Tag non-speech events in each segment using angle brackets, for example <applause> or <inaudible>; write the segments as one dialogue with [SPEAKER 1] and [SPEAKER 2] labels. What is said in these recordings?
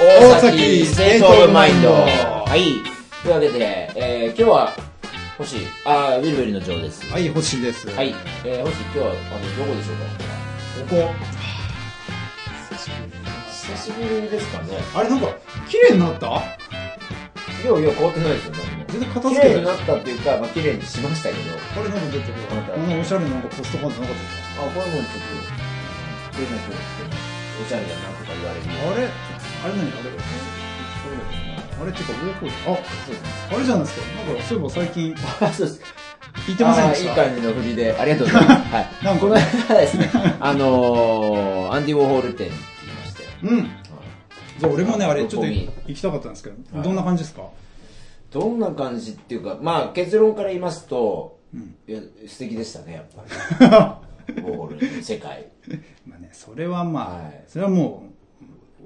[SPEAKER 1] 大崎ステートオブマインド。はい。というわけで、えー、今日は、星、あーウィルウェルのジョーです。
[SPEAKER 2] はい、星です。
[SPEAKER 1] は。い。えー、星、今日は、あの、どこでしょう
[SPEAKER 2] ここ。
[SPEAKER 1] か久しぶりですかね。
[SPEAKER 2] あれ、なんか、綺麗になった
[SPEAKER 1] いやいや、変わってないですよ、何も。
[SPEAKER 2] 全然片
[SPEAKER 1] 綺
[SPEAKER 2] 付け
[SPEAKER 1] 麗
[SPEAKER 2] て
[SPEAKER 1] に
[SPEAKER 2] ない。
[SPEAKER 1] なったっていうか、まあ、綺麗にしましたけど。
[SPEAKER 2] あれ、なんか出て
[SPEAKER 1] また
[SPEAKER 2] こんなおしゃれななんかポストカードなかっ
[SPEAKER 1] あ、これもちょっと、変な表現しておしゃれだなとか言われるよ。
[SPEAKER 2] たあれあれ何あれあれっていうか、僕、
[SPEAKER 1] そうですね。
[SPEAKER 2] あ、あれじゃないですか。なんか、そういえば最近、
[SPEAKER 1] あ、そうです。
[SPEAKER 2] 聞いてませんでし
[SPEAKER 1] あ
[SPEAKER 2] た。
[SPEAKER 1] ーいい感じの振りで、あり <laughs> がとうございます。はい。
[SPEAKER 2] なんか
[SPEAKER 1] この間ですね、あのー、アンディ・ウォーホール店に行きまして。
[SPEAKER 2] うん。じゃあ、俺もね、あれ、ちょっ
[SPEAKER 1] ことこに
[SPEAKER 2] 行きたかったんですけど、
[SPEAKER 1] はい
[SPEAKER 2] どんな感じですか <laughs>
[SPEAKER 1] どんな感じっていうか、まあ結論から言いますと、
[SPEAKER 2] うん
[SPEAKER 1] いや、素敵でしたね、やっぱり。ボールの世界。
[SPEAKER 2] まあね、それはまあ、
[SPEAKER 1] はい
[SPEAKER 2] それはもう、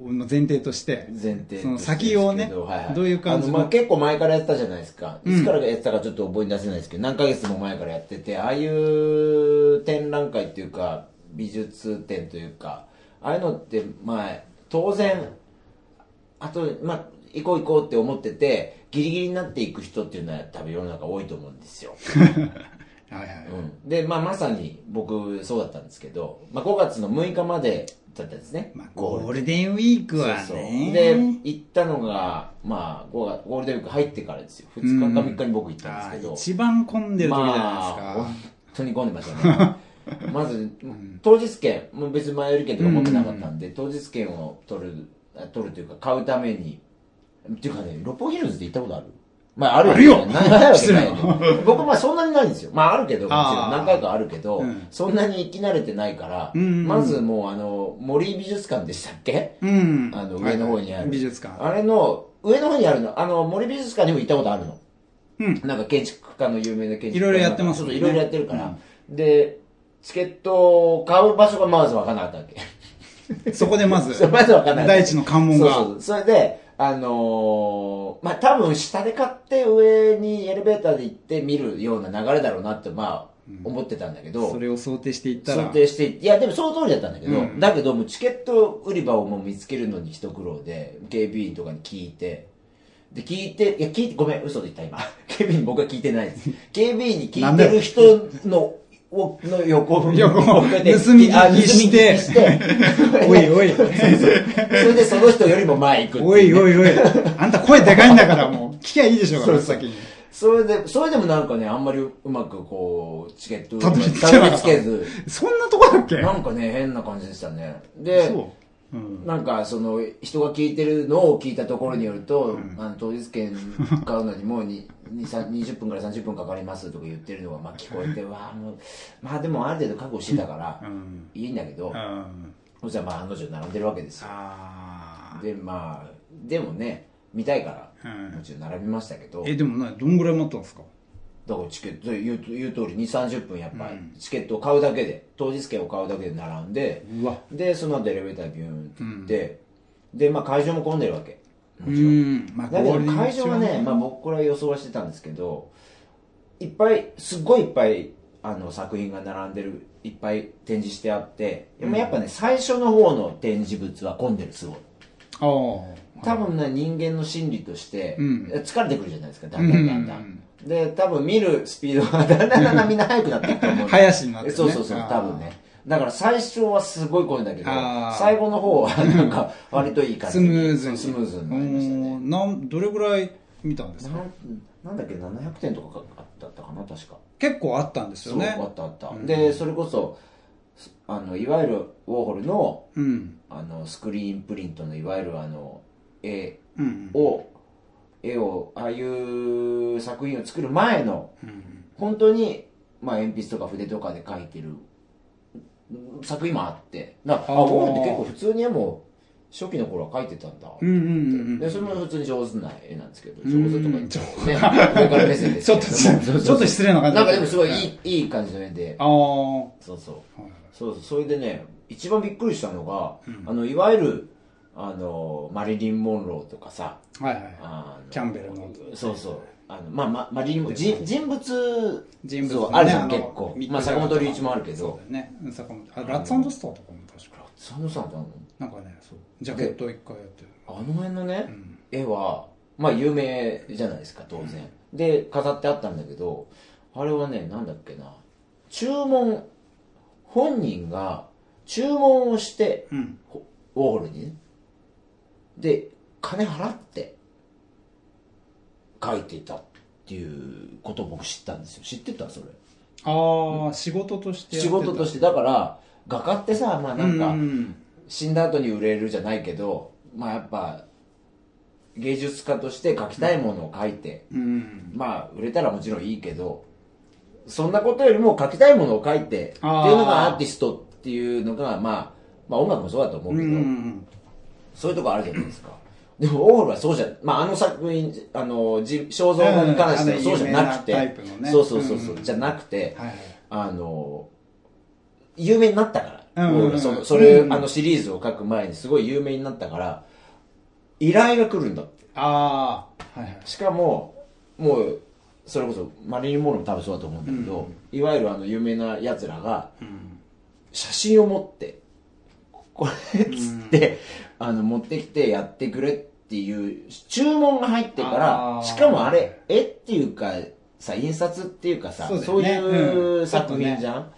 [SPEAKER 2] の前提として、
[SPEAKER 1] 前提として
[SPEAKER 2] その先をね
[SPEAKER 1] ですけは
[SPEAKER 2] どういう感じ
[SPEAKER 1] あ
[SPEAKER 2] の
[SPEAKER 1] のまあ、結構前からやってたじゃないですか。
[SPEAKER 2] うん
[SPEAKER 1] いつからやってたかちょっと覚え出せないですけど、何ヶ月も前からやってて、ああいう展覧会っていうか、美術展というか、ああいうのって、まあ、当然、あと、まあ、行こう行こうって思ってて、ギリギリになっていく人っていうのは多分世の中多いと思うんですよ。
[SPEAKER 2] はいはい。
[SPEAKER 1] うん、で、まあ、まさに僕そうだったんですけど、まあ、5月の6日までだったんですね、
[SPEAKER 2] まあ、
[SPEAKER 1] ゴール
[SPEAKER 2] ゴールデンウィークはね。
[SPEAKER 1] そうそうで行ったのが、まあ、ゴーゴールデンウィーク入ってからですよ2日か3日に僕行ったん
[SPEAKER 2] あ
[SPEAKER 1] ですけ
[SPEAKER 2] ー
[SPEAKER 1] ど、
[SPEAKER 2] 一番混んでる時じゃ
[SPEAKER 1] まあ
[SPEAKER 2] ない
[SPEAKER 1] 本
[SPEAKER 2] で
[SPEAKER 1] 当に混んでましたね <laughs> まず当日券もう別に前売り券とか持ってなかったんで、当日券を取るあ取るというか買うためにっていうかね六本木ヒルズで行ったことあるまあ、ある
[SPEAKER 2] あるよ
[SPEAKER 1] なないわけないよ
[SPEAKER 2] <laughs> 失
[SPEAKER 1] 僕、まあ、そんなにないんですよ。まあ、あるけど、もちろ
[SPEAKER 2] あー
[SPEAKER 1] ん何回かあるけど、
[SPEAKER 2] うん
[SPEAKER 1] そんなに行き慣れてないから、
[SPEAKER 2] うんうんうん
[SPEAKER 1] まずもう、あの、森美術館でしたっけ
[SPEAKER 2] すか。うん。
[SPEAKER 1] あの上の方にある
[SPEAKER 2] 美術館。
[SPEAKER 1] あれの、上の方にあるの、あの、森美術館にも行ったことあるの。
[SPEAKER 2] うん。
[SPEAKER 1] なんか建築家の有名な建築家
[SPEAKER 2] いろいろやってます
[SPEAKER 1] ちょ
[SPEAKER 2] もん
[SPEAKER 1] っ
[SPEAKER 2] ね
[SPEAKER 1] といろいろやってるから。で、チケットを買う場所がまず分かんなかったわけ。、
[SPEAKER 2] そこでまず
[SPEAKER 1] <laughs> まず分かんなかった。
[SPEAKER 2] 第一の関門が
[SPEAKER 1] そうそうそれで、あのーまあ、多分下で買って上にエレベーターで行って見るような流れだろうなって、まあ、思ってたんだけど。
[SPEAKER 2] それを想定していった
[SPEAKER 1] 想
[SPEAKER 2] ら、
[SPEAKER 1] 定していやでもその通りだったんだけど、
[SPEAKER 2] うん
[SPEAKER 1] だけどもうチケット売り場をもう見つけるのに一苦労で警備員とかに聞いてで聞いていや聞いてごめん嘘で言った今 <laughs> 警備員に僕は聞いてない
[SPEAKER 2] <laughs>
[SPEAKER 1] です警備員に聞いてる人のをの横を
[SPEAKER 2] 横
[SPEAKER 1] <laughs> 追
[SPEAKER 2] を
[SPEAKER 1] っかけて
[SPEAKER 2] 盗み聞き
[SPEAKER 1] あ盗み聞き
[SPEAKER 2] し
[SPEAKER 1] してて
[SPEAKER 2] <laughs> おいお
[SPEAKER 1] <laughs>
[SPEAKER 2] い
[SPEAKER 1] そうそうそれでその人よりも前行くって
[SPEAKER 2] お
[SPEAKER 1] い
[SPEAKER 2] いう
[SPEAKER 1] ね
[SPEAKER 2] お
[SPEAKER 1] <laughs>
[SPEAKER 2] いおい、あんた声でかいんだからもう、聞きゃいいでしょうが、
[SPEAKER 1] そうそ
[SPEAKER 2] 真っ
[SPEAKER 1] う
[SPEAKER 2] 先に。
[SPEAKER 1] それでそれでもなんかねあんまりうまくこうチケットを
[SPEAKER 2] たどり着け
[SPEAKER 1] た
[SPEAKER 2] な
[SPEAKER 1] ど
[SPEAKER 2] かった
[SPEAKER 1] り着けず
[SPEAKER 2] そんなとこだっけ
[SPEAKER 1] なんかね変な感じでしたねで
[SPEAKER 2] そう。うん。
[SPEAKER 1] なんかその人が聞いてるのを聞いたところによると、あの当日券買うのにもうににさ20分から30分かかりますとか言ってるのがまあ聞こえてわあもうまあでもある程度覚悟してたから
[SPEAKER 2] うん。
[SPEAKER 1] いいんだけど
[SPEAKER 2] うん。
[SPEAKER 1] そしたらまあ案の定並んでるわけですよ
[SPEAKER 2] あ
[SPEAKER 1] でまあでもね見たいから
[SPEAKER 2] うん
[SPEAKER 1] もちろん並びましたけど
[SPEAKER 2] ーえ、でもな、どんぐらい待ったんですか
[SPEAKER 1] だからチケット言う言う通り2 3 0分やっぱチケットを買うだけで当日券を買うだけで並んで
[SPEAKER 2] うわ
[SPEAKER 1] でその後エレベータービューンって行って、でまあ会場も混んでるわけ
[SPEAKER 2] う
[SPEAKER 1] もちろん
[SPEAKER 2] ん。まあ
[SPEAKER 1] だけ
[SPEAKER 2] ゴールデ
[SPEAKER 1] ど
[SPEAKER 2] ンウィー
[SPEAKER 1] 会
[SPEAKER 2] ク中
[SPEAKER 1] 場はね、まあ、僕これは予想はしてたんですけどいっぱいすっごいいっぱいあの作品が並んでるいっぱい展示してあって、でもやっぱね最初の方の展示物は混んでるすごい
[SPEAKER 2] あー
[SPEAKER 1] 多分ね人間の心理として、
[SPEAKER 2] うん
[SPEAKER 1] 疲れてくるじゃないですかだんだんだんだん、
[SPEAKER 2] うんうん
[SPEAKER 1] で多分見るスピードがだんだんだんだんみんな速くなっていくと思う
[SPEAKER 2] <laughs> 林になってね
[SPEAKER 1] そうそうそう多分ねだから最初はすごい混んだけど
[SPEAKER 2] あー
[SPEAKER 1] 最後の方はなんか割といい感じ
[SPEAKER 2] スムーズに。
[SPEAKER 1] スムーズになりましたね
[SPEAKER 2] うんなん、どれぐらい見たんですか
[SPEAKER 1] なんなんだっけ700点とかかだったかな確か
[SPEAKER 2] 結構あったんですよね。
[SPEAKER 1] そうあったあった、でそれこそすあのいわゆるウォーホルの
[SPEAKER 2] うん。
[SPEAKER 1] あのスクリーンプリントのいわゆるあの絵
[SPEAKER 2] うん。
[SPEAKER 1] を絵をああいう作品を作る前の
[SPEAKER 2] うん
[SPEAKER 1] 本当に、まあ、鉛筆とか筆とかで描いてる作品もあってなあウォ
[SPEAKER 2] あー
[SPEAKER 1] ーホルって結構普通に絵も初期の頃は描いてたんだ、
[SPEAKER 2] うんうんうん
[SPEAKER 1] でそれも普通に上手な絵なんですけど、
[SPEAKER 2] ん
[SPEAKER 1] 上手とか言っちゃうね、上から目線です
[SPEAKER 2] <laughs> ち
[SPEAKER 1] け
[SPEAKER 2] ょっ
[SPEAKER 1] れ
[SPEAKER 2] と、
[SPEAKER 1] ども
[SPEAKER 2] ちょっと失礼な感じ
[SPEAKER 1] なんかでもすごい
[SPEAKER 2] はい
[SPEAKER 1] いいいい感じの絵で
[SPEAKER 2] ああ。
[SPEAKER 1] そうそう
[SPEAKER 2] はい
[SPEAKER 1] そうそうそれでね一番びっくりしたのが、あのいわゆるあのマリリン・モンローとかさ
[SPEAKER 2] はいはいはい
[SPEAKER 1] あの
[SPEAKER 2] キャンベルの
[SPEAKER 1] そうそうあのまあ、ま、マリリン・モンロー人人物
[SPEAKER 2] 人物
[SPEAKER 1] 像
[SPEAKER 2] もね
[SPEAKER 1] あるじゃん
[SPEAKER 2] の
[SPEAKER 1] 結構
[SPEAKER 2] ミッ、ク
[SPEAKER 1] まあ、
[SPEAKER 2] ジャ
[SPEAKER 1] 坂
[SPEAKER 2] ガーと
[SPEAKER 1] 本
[SPEAKER 2] か
[SPEAKER 1] 龍一もあるけ
[SPEAKER 2] そ
[SPEAKER 1] ど
[SPEAKER 2] うだよねうん坂本あラッツスターとかも確か
[SPEAKER 1] 佐野さんってあんの
[SPEAKER 2] なんかね
[SPEAKER 1] そう
[SPEAKER 2] ジャケットを一回やってる
[SPEAKER 1] あの辺のね、
[SPEAKER 2] ん
[SPEAKER 1] 絵は、まあ有名じゃないですか、当然。で、飾ってあったんだけど、あれはね、なんだっけな、注文、本人が注文をして、
[SPEAKER 2] うん
[SPEAKER 1] ほウォーホルにね。で、金払って、書いていたっていうことを僕知ったんですよ。知ってたそれ。
[SPEAKER 2] ああ仕事としてやっ
[SPEAKER 1] 仕
[SPEAKER 2] てた
[SPEAKER 1] 事として、だから、画家ってさ、まあなんか、
[SPEAKER 2] うんうん
[SPEAKER 1] 死んだ後に売れるじゃないけどまあやっぱ芸術家として描きたいものを描いて、
[SPEAKER 2] うん
[SPEAKER 1] まあ売れたらもちろんいいけどそんなことよりも描きたいものを描いてっていう
[SPEAKER 2] あー
[SPEAKER 1] のがアーティストっていうのが、まあ、まあ音楽もそうだと思う
[SPEAKER 2] うん
[SPEAKER 1] け
[SPEAKER 2] う
[SPEAKER 1] ど、
[SPEAKER 2] んうん
[SPEAKER 1] そういうとこあるじゃないですかでもオーホルはそうじゃまああの作品あのじ肖像画に関してはそうじゃなくて、
[SPEAKER 2] うんあの有名なタイプのね
[SPEAKER 1] そうそうそうそう、
[SPEAKER 2] うん
[SPEAKER 1] じゃなくて、
[SPEAKER 2] はいはい
[SPEAKER 1] あの有名になったから、
[SPEAKER 2] うんうんうん
[SPEAKER 1] 俺そのそれ、
[SPEAKER 2] うん
[SPEAKER 1] あのシリーズを書く前にすごい有名になったから依頼が来るんだって
[SPEAKER 2] ああはいはい
[SPEAKER 1] しかももうそれこそマリリン・モールも多分そうだと思うんだけど、いわゆるあの有名なやつらが
[SPEAKER 2] うん
[SPEAKER 1] 写真を持ってこれっつって、あの持ってきてやってくれっていう注文が入ってか
[SPEAKER 2] あ
[SPEAKER 1] ら
[SPEAKER 2] ー
[SPEAKER 1] しかもあれ絵っていうかさ印刷っていうかさ
[SPEAKER 2] そ
[SPEAKER 1] そうう,、
[SPEAKER 2] だよね
[SPEAKER 1] いううん作品じゃん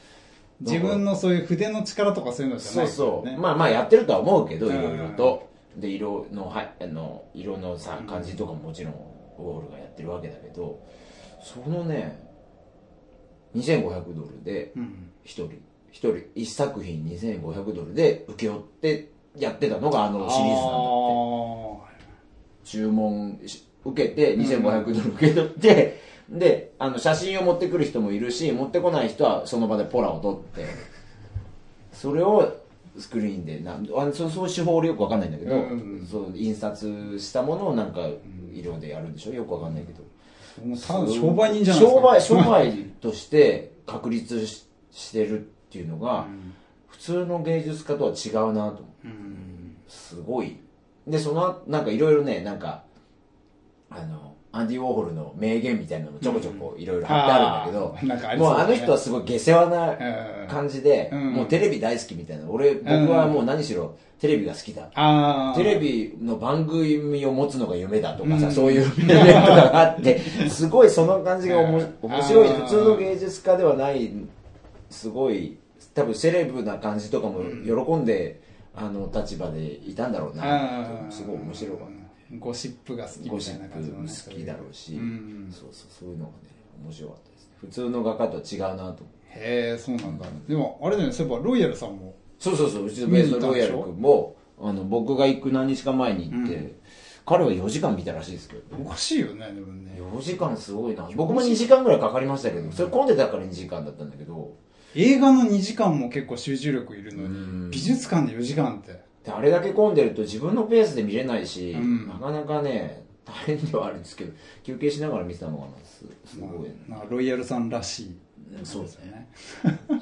[SPEAKER 2] 自分のそういう筆の力とかそういうのじゃ
[SPEAKER 1] そう
[SPEAKER 2] ないから
[SPEAKER 1] そ
[SPEAKER 2] ね
[SPEAKER 1] う。まあまあやってるとは思うけど、
[SPEAKER 2] う
[SPEAKER 1] い
[SPEAKER 2] ん
[SPEAKER 1] ろいろと。で、色の、はい、あの、色のさ、感じとかももちろん、ウォールがやってるわけだけど、そのね、2500ドルで、
[SPEAKER 2] うん
[SPEAKER 1] 一人、一人、一作品2500ドルで請け負ってやってたのがあのシリーズなんだって。注文し受けて2500ドル受け取って、であの写真を持ってくる人もいるし持ってこない人はその場でポラを撮ってそれをスクリーンでなんあのそそういう手法俺よくわかんないんだけど、
[SPEAKER 2] うんうんうん
[SPEAKER 1] そう印刷したものをなんか色でやるんでしょよくわかんないけど、
[SPEAKER 2] あもうただ商売人じゃない
[SPEAKER 1] 商売商売として確立ししてるっていうのが、普通の芸術家とは違うなと思う
[SPEAKER 2] うん
[SPEAKER 1] すごいでそのなんかいろいろねなんかあのアンディ・ウォーホルの名言みたいなのもちょこちょこいろいろ貼ってあるんだ
[SPEAKER 2] あ
[SPEAKER 1] け
[SPEAKER 2] ーなん
[SPEAKER 1] ど、
[SPEAKER 2] かありそう
[SPEAKER 1] もう
[SPEAKER 2] だね
[SPEAKER 1] あの人はすごい下世話
[SPEAKER 2] ん
[SPEAKER 1] な感じで、
[SPEAKER 2] うん
[SPEAKER 1] もうテレビ大好きみたいな俺僕はもう何しろテレビが好きだ、
[SPEAKER 2] ああ
[SPEAKER 1] テレビの番組を持つのが夢だとかさ、
[SPEAKER 2] うん
[SPEAKER 1] そういう名言とかがあってすごいその感じがおも
[SPEAKER 2] うん
[SPEAKER 1] 面白い
[SPEAKER 2] あー
[SPEAKER 1] 普通の芸術家ではないすごい多分セレブな感じとかも喜んで、あの立場でいたんだろうな
[SPEAKER 2] あー
[SPEAKER 1] すごい面白かった
[SPEAKER 2] ゴシップが好き
[SPEAKER 1] ゴ
[SPEAKER 2] み
[SPEAKER 1] シ
[SPEAKER 2] たい
[SPEAKER 1] ッ
[SPEAKER 2] な
[SPEAKER 1] プ
[SPEAKER 2] 感じのね
[SPEAKER 1] も好きだろうし、
[SPEAKER 2] ん
[SPEAKER 1] そうそうそういうのがね面白かったですね普通の画家とは違うなと思って
[SPEAKER 2] へえそうなんだでもあれだよねそういえばロイヤルさんも
[SPEAKER 1] そうそうそううちのベースのロイヤル君もあの僕が行く何日か前に行って、彼は4時間見たらしいですけど
[SPEAKER 2] おかしいよねでもね
[SPEAKER 1] 4時間すごいな僕も2時間ぐらいかかりましたけどそれ混んでたから2時間だったんだけど
[SPEAKER 2] 映画の2時間も結構集中力いるの
[SPEAKER 1] うん
[SPEAKER 2] に美術館で4時間って
[SPEAKER 1] であれだけ混んでると自分のペースで見れないし、
[SPEAKER 2] うん
[SPEAKER 1] なかなかね大変ではあるんですけど休憩しながら見てたのかなすすごい、
[SPEAKER 2] まあまあロイヤルさんらしい
[SPEAKER 1] そうです
[SPEAKER 2] すね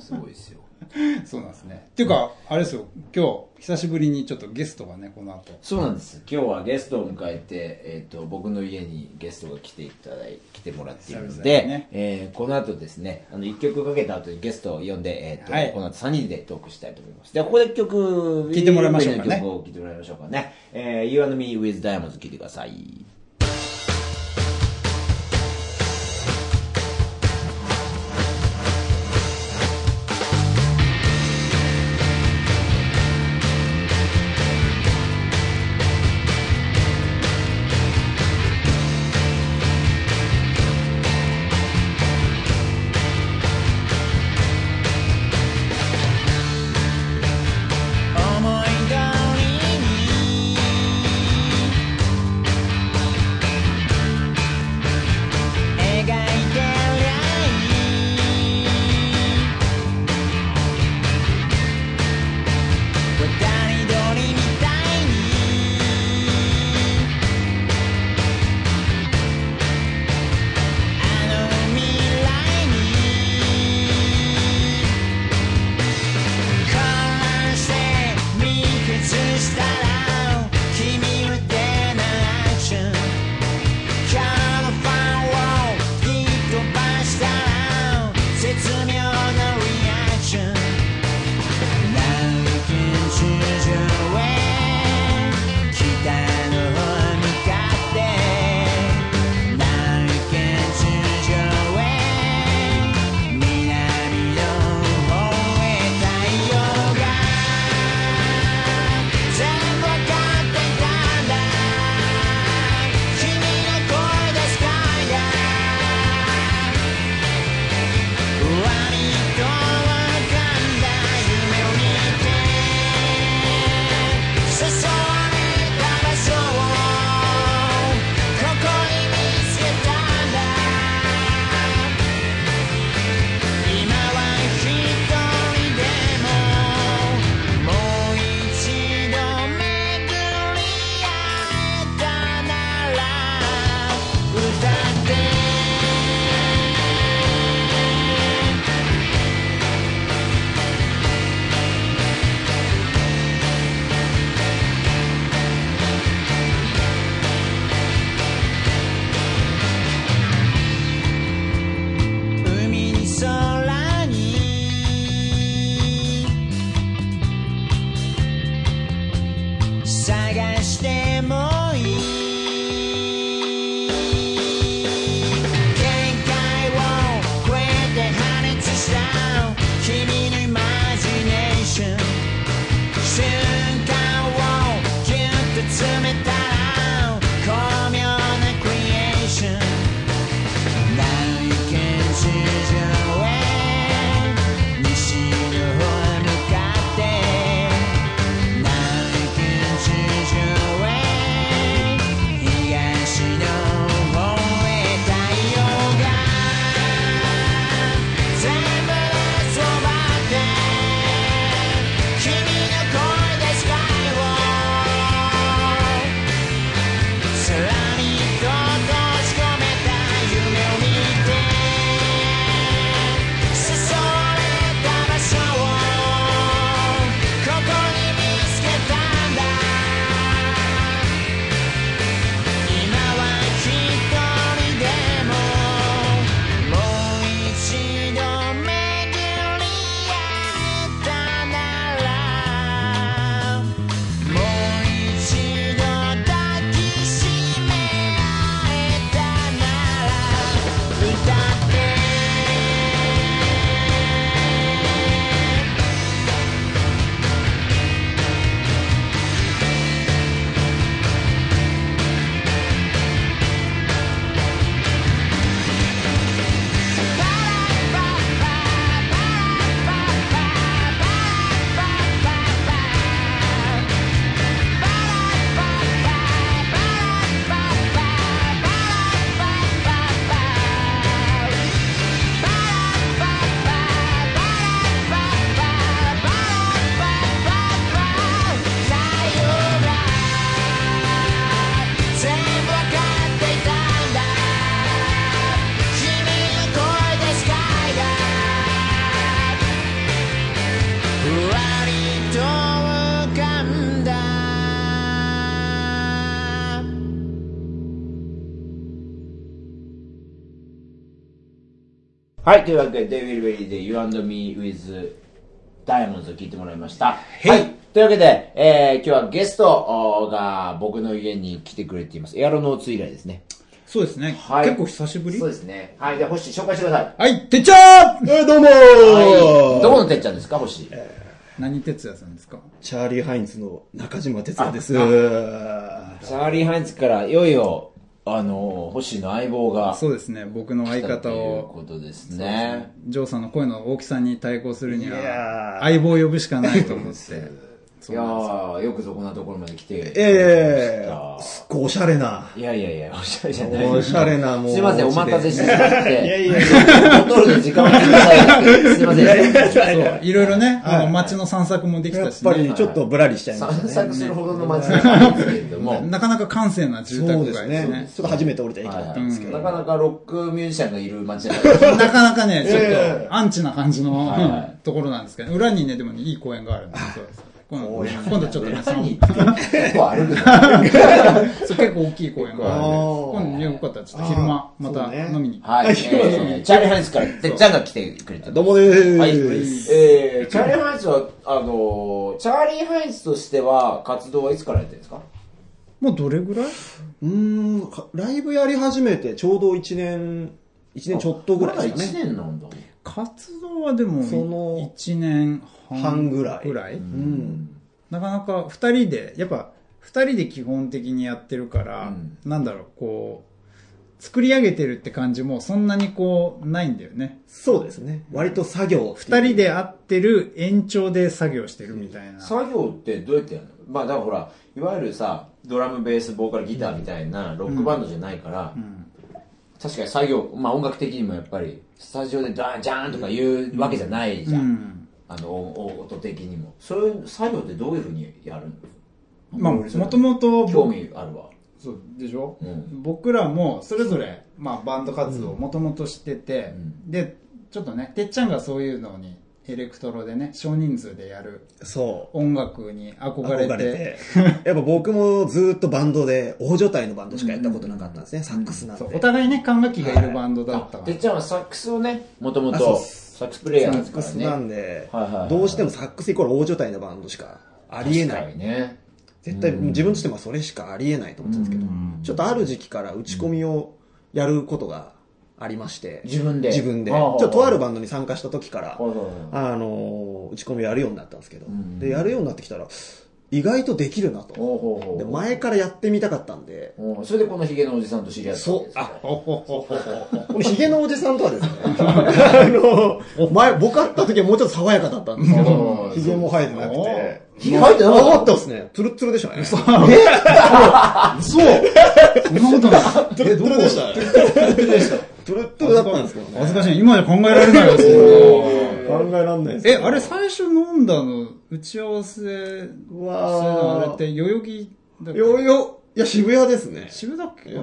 [SPEAKER 1] すごいですよ
[SPEAKER 2] <laughs> そうなんですねっていうかあれですよ今日久しぶりにちょっとゲストがねこの後
[SPEAKER 1] そうなんです今日はゲストを迎えて、えー、と僕の家にゲストが来ていただい来てもらっているの
[SPEAKER 2] 久々
[SPEAKER 1] で、
[SPEAKER 2] にね
[SPEAKER 1] えーこの後ですねあの1曲かけた後にゲストを呼んで、えーと
[SPEAKER 2] はい
[SPEAKER 1] この後3人でトークしたいと思いますではここで一曲
[SPEAKER 2] 聞いてもらいましょうかね
[SPEAKER 1] ウィルベリーの曲を聴いてもらいましょうかね「えー、You and Me with Diamonds」聴いてください
[SPEAKER 3] 「思い通りに
[SPEAKER 1] はい、というわけで、They Will Be で You and Me with Diamonds を聞いてもらいました。はい。というわけで、えー、今日はゲストが僕の家に来てくれています。エアロノーツ以来ですね。
[SPEAKER 2] そうですね。
[SPEAKER 1] はい
[SPEAKER 2] 結構久しぶり
[SPEAKER 1] そうですね。はい、じゃあ、星紹介してください。
[SPEAKER 2] はい、てっちゃん
[SPEAKER 4] えーどうもー、
[SPEAKER 1] はい。どこのてっちゃんですか、星。
[SPEAKER 2] 何哲也さんですか
[SPEAKER 4] チャーリー・ハインツの中島哲也です。
[SPEAKER 1] チャーリー・ハインツからいよいよ、あの、星の相棒が、
[SPEAKER 2] そうですね、僕の相
[SPEAKER 1] と
[SPEAKER 2] 方
[SPEAKER 1] いう
[SPEAKER 2] を、
[SPEAKER 1] ことですね。
[SPEAKER 2] ジョーさんの声の大きさに対抗するに
[SPEAKER 4] い
[SPEAKER 2] は
[SPEAKER 4] や、ー
[SPEAKER 2] 相棒を呼ぶしかないと思って。
[SPEAKER 1] いやー、よくぞこんなところまで来てくれました。
[SPEAKER 4] ええー、すっごいおしゃれな。
[SPEAKER 1] いやいやいや、おしゃれじゃない。
[SPEAKER 4] おしゃれな、もう。
[SPEAKER 1] すいません、お待たせしてしまって。い
[SPEAKER 4] やいや
[SPEAKER 1] ボトルで時間をくださいって。すいません。
[SPEAKER 2] そう、いろいろね、あの、街の散策もでき
[SPEAKER 4] や
[SPEAKER 2] た
[SPEAKER 4] っ
[SPEAKER 2] し
[SPEAKER 4] ぱ
[SPEAKER 2] ね。
[SPEAKER 4] りちょっとぶらりしちゃいました
[SPEAKER 1] 散策
[SPEAKER 4] ね。
[SPEAKER 1] するほどの街なんですけれども。
[SPEAKER 2] なかなか閑静な住
[SPEAKER 4] そう
[SPEAKER 2] 宅
[SPEAKER 4] です
[SPEAKER 2] 街です
[SPEAKER 4] ね
[SPEAKER 2] ね。。
[SPEAKER 4] ちょっと初めて降りた駅だったんですけど。
[SPEAKER 1] なかなかロックミュージシャンがいる街なんで
[SPEAKER 2] なかなかね、ちょっ
[SPEAKER 4] ええ
[SPEAKER 2] と、アンチな感じの
[SPEAKER 1] はいはい
[SPEAKER 2] うんところなんですけど、裏にね、でもね、いい公園があるんですそうです今度
[SPEAKER 4] 公園
[SPEAKER 2] 今度ちょっとね、その
[SPEAKER 1] に結構歩くな。
[SPEAKER 2] そう結構大きい公園があるんで、
[SPEAKER 4] あー
[SPEAKER 2] 今度ねよかったらちょっと昼間、
[SPEAKER 4] あ
[SPEAKER 2] ま
[SPEAKER 4] ーそう
[SPEAKER 2] た
[SPEAKER 4] ね
[SPEAKER 2] 飲みに。
[SPEAKER 1] はい。えーチャーリー・ハインツから、てっちゃんが来てくれてます
[SPEAKER 4] どうもで
[SPEAKER 1] はい。
[SPEAKER 4] ーす。
[SPEAKER 1] えー、チャーリー・ハインツは、あのー、チャーリー・ハインツとしては、活動はいつからやってるんですか
[SPEAKER 2] もうどれぐらいう
[SPEAKER 4] ーん、かライブやり始めてちょうど1年、1年ちょっとぐらい
[SPEAKER 1] ま
[SPEAKER 4] で
[SPEAKER 1] だ
[SPEAKER 4] す
[SPEAKER 1] 1
[SPEAKER 4] かね。
[SPEAKER 1] 年なんだ。
[SPEAKER 2] 活動はでも、
[SPEAKER 4] その
[SPEAKER 2] 1年半
[SPEAKER 4] 半ぐらいうん。
[SPEAKER 2] なかなか2人で、やっぱ2人で基本的にやってるから、
[SPEAKER 1] うん
[SPEAKER 2] なんだろう、こう、作り上げてるって感じもそんなにこう、ないんだよね。
[SPEAKER 4] そうですね。割と作業。
[SPEAKER 2] 2人。で会ってる延長で作業してるみたいな。
[SPEAKER 1] 作業ってどうやってやるのまあだからほらいわゆるさドラムベースボーカルギターみたいなロックバンドじゃないから、
[SPEAKER 2] ん
[SPEAKER 1] 確かに作業まあ音楽的にもやっぱりスタジオでダーンジャーンとか言うわけじゃないじゃん、
[SPEAKER 2] うん
[SPEAKER 1] あのおお音的にもそういう作業ってどういうふうにやるの
[SPEAKER 2] まあ、もともと、
[SPEAKER 1] 興味あるわ
[SPEAKER 2] そうでしょ、
[SPEAKER 1] うん
[SPEAKER 2] 僕らもそれぞれ、まあ、バンド活動をもともとしてて、でちょっとねてっちゃんがそういうのにエレクトロでね少人数でやる
[SPEAKER 4] そう。
[SPEAKER 2] 音楽に憧れて
[SPEAKER 4] 憧れて。やっぱ僕もずっとバンドで、大所帯のバンドしかやったことなかったんですね、サックスなん
[SPEAKER 2] そうお
[SPEAKER 4] で。
[SPEAKER 2] 互いね管楽器がいるバンドだった
[SPEAKER 1] あ
[SPEAKER 2] から、
[SPEAKER 1] てっちゃんはサックスをねもとも
[SPEAKER 4] あそう
[SPEAKER 1] と
[SPEAKER 4] っす
[SPEAKER 1] サックスプレイヤ
[SPEAKER 4] サ
[SPEAKER 1] ーで
[SPEAKER 4] ッ
[SPEAKER 1] す
[SPEAKER 4] ク
[SPEAKER 1] か
[SPEAKER 4] スな
[SPEAKER 1] らね
[SPEAKER 4] んで
[SPEAKER 1] はいはいはい、
[SPEAKER 4] どうしてもサックスイコール大所帯のバンドしかありえな
[SPEAKER 1] 確か
[SPEAKER 4] い。
[SPEAKER 1] にね
[SPEAKER 4] 絶対自分としてもそれしかありえないと思ってたんですけど、ちょっとある時期から打ち込みをやることがありまして、
[SPEAKER 1] 自分で
[SPEAKER 4] 自分で。ち
[SPEAKER 1] ああ
[SPEAKER 4] ょっととあるバンドに参加した時から、
[SPEAKER 1] はいはい
[SPEAKER 4] あのー、打ち込みをやるようになったんですけど
[SPEAKER 1] ん、
[SPEAKER 4] で、やるようになってきたら、意外とできるなと。
[SPEAKER 1] おうほうほう
[SPEAKER 4] で、前からやってみたかったんで、
[SPEAKER 1] おうそれでこのヒゲのおじさんと知り合ったわけですよ
[SPEAKER 2] ほほほほほ
[SPEAKER 4] このヒゲのおじさんと
[SPEAKER 1] <laughs>
[SPEAKER 4] はですね、あの、前、僕会った時はもうちょっと爽やかだったんですけ
[SPEAKER 1] うん
[SPEAKER 4] ど、ヒゲも生えてなくて。
[SPEAKER 1] ヒゲ入ってなかった
[SPEAKER 4] ああったですね。ツルッツルでしたね。嘘。
[SPEAKER 2] そうそんなことない
[SPEAKER 4] ツルッツルでしたね。ツルッツルだったんですけど
[SPEAKER 2] 恥ず
[SPEAKER 4] ね。
[SPEAKER 2] かしい今じゃ考えられないです
[SPEAKER 4] 考えらんないです
[SPEAKER 2] えあれ最初飲んだの打ち合わせ
[SPEAKER 4] う
[SPEAKER 2] あ
[SPEAKER 4] わ
[SPEAKER 2] れって代々木だっけ
[SPEAKER 4] よよ、いや、渋谷ですね。
[SPEAKER 2] 渋谷だっけ
[SPEAKER 4] いや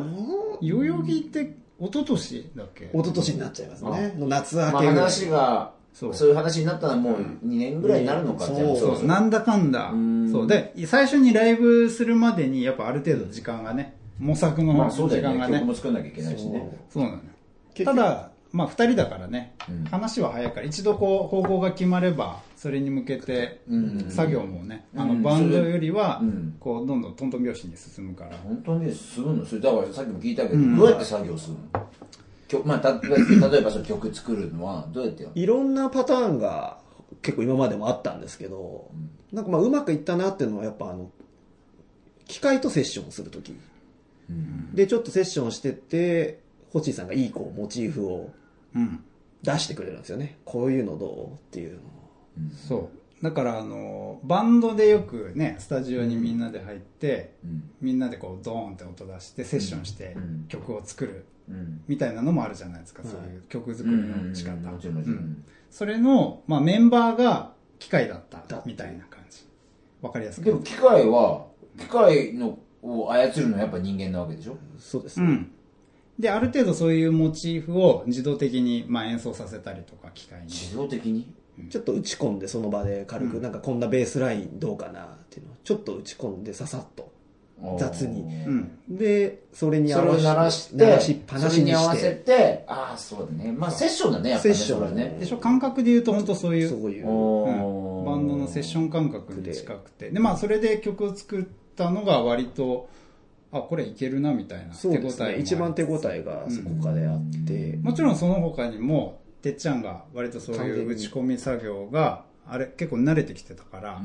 [SPEAKER 2] 代々木って一昨年だっけ
[SPEAKER 4] 一昨年になっちゃいますね。の夏
[SPEAKER 1] ま
[SPEAKER 4] 明
[SPEAKER 1] あ、
[SPEAKER 4] けぐらい。
[SPEAKER 1] 話が
[SPEAKER 2] そう
[SPEAKER 1] そういう話になったらもう2年ぐらいになるのか
[SPEAKER 4] うん
[SPEAKER 1] じゃあ
[SPEAKER 4] そう
[SPEAKER 2] そうなんだかんだ
[SPEAKER 1] ん
[SPEAKER 2] そうで最初にライブするまでにやっぱある程度時間がね模索
[SPEAKER 1] ま
[SPEAKER 2] の
[SPEAKER 1] あそ
[SPEAKER 2] 時
[SPEAKER 1] うだよ
[SPEAKER 2] 間
[SPEAKER 1] ね曲
[SPEAKER 2] がね
[SPEAKER 1] も作んなきゃいけないしね
[SPEAKER 2] そうなのよ
[SPEAKER 4] 結
[SPEAKER 2] た
[SPEAKER 4] 局
[SPEAKER 2] だまあ2人だからね
[SPEAKER 1] うん
[SPEAKER 2] 話は早いから一度こう方向が決まればそれに向けて
[SPEAKER 1] うん
[SPEAKER 2] 作業もねあ
[SPEAKER 1] う
[SPEAKER 2] の
[SPEAKER 1] ん
[SPEAKER 2] バンドよりは
[SPEAKER 1] うん
[SPEAKER 2] こうどんどんトントン拍子に進むから
[SPEAKER 1] 本当にするのそれだからさっきも聞いたけど、
[SPEAKER 2] ん
[SPEAKER 1] どうやって作業するの曲まあ、た例えばその曲作るのはどうやってやる
[SPEAKER 4] いろんなパターンが結構今までもあったんですけど、なんかまあうまくいったなっていうのはやっぱあの、機械とセッションするとき。で、ちょっとセッションしてって、星井さんがいいこうモチーフを
[SPEAKER 2] うん
[SPEAKER 4] 出してくれるんですよね。こういうのどうっていうのを
[SPEAKER 2] そうだからあのバンドでよくねスタジオにみんなで入って、
[SPEAKER 1] ん
[SPEAKER 2] みんなでこうドーンって音出してセッションして
[SPEAKER 1] うん
[SPEAKER 2] 曲を作る
[SPEAKER 1] うん
[SPEAKER 2] みたいなのもあるじゃないですか、そういう曲作りの仕方、
[SPEAKER 1] うんうんうんもちろんもちろん
[SPEAKER 2] うんそれの、まあ、メンバーが機械だったみたいな感じわかりやすく
[SPEAKER 1] でも機械は機械のを操るのはやっぱ人間なわけでしょ
[SPEAKER 4] そうです
[SPEAKER 2] う。んである程度そういうモチーフを自動的に、まあ、演奏させたりとか機械に
[SPEAKER 1] 自動的に
[SPEAKER 4] ちょっと打ち込んでその場で軽く、なんかこんなベースラインどうかなっていうのをちょっと打ち込んでささっと。
[SPEAKER 3] 雑に。
[SPEAKER 2] うん。
[SPEAKER 3] で、それに
[SPEAKER 1] それを鳴らして、
[SPEAKER 3] 鳴らしっぱな
[SPEAKER 1] そ
[SPEAKER 3] し
[SPEAKER 1] れ
[SPEAKER 3] に
[SPEAKER 1] に合
[SPEAKER 3] し
[SPEAKER 1] わせ
[SPEAKER 3] て。
[SPEAKER 1] て、ああ、そうだね。まあ、セッションだね、やっぱね。
[SPEAKER 3] セッション
[SPEAKER 1] それはね
[SPEAKER 2] でしょ感覚で言うと本当そういう
[SPEAKER 3] そういう。
[SPEAKER 1] お
[SPEAKER 2] う
[SPEAKER 1] ー
[SPEAKER 2] んバンドのセッション感覚に近くてでまあそれで曲を作ったのが割とあこれいけるなみたいな手
[SPEAKER 3] そ
[SPEAKER 2] 応え
[SPEAKER 3] うです
[SPEAKER 2] もあ
[SPEAKER 3] ね。
[SPEAKER 2] り
[SPEAKER 3] 一番手応えがそこかであって。
[SPEAKER 2] もちろんその他にもてっちゃんが割とそういう打ち込み作業があれ結構慣れてきてたから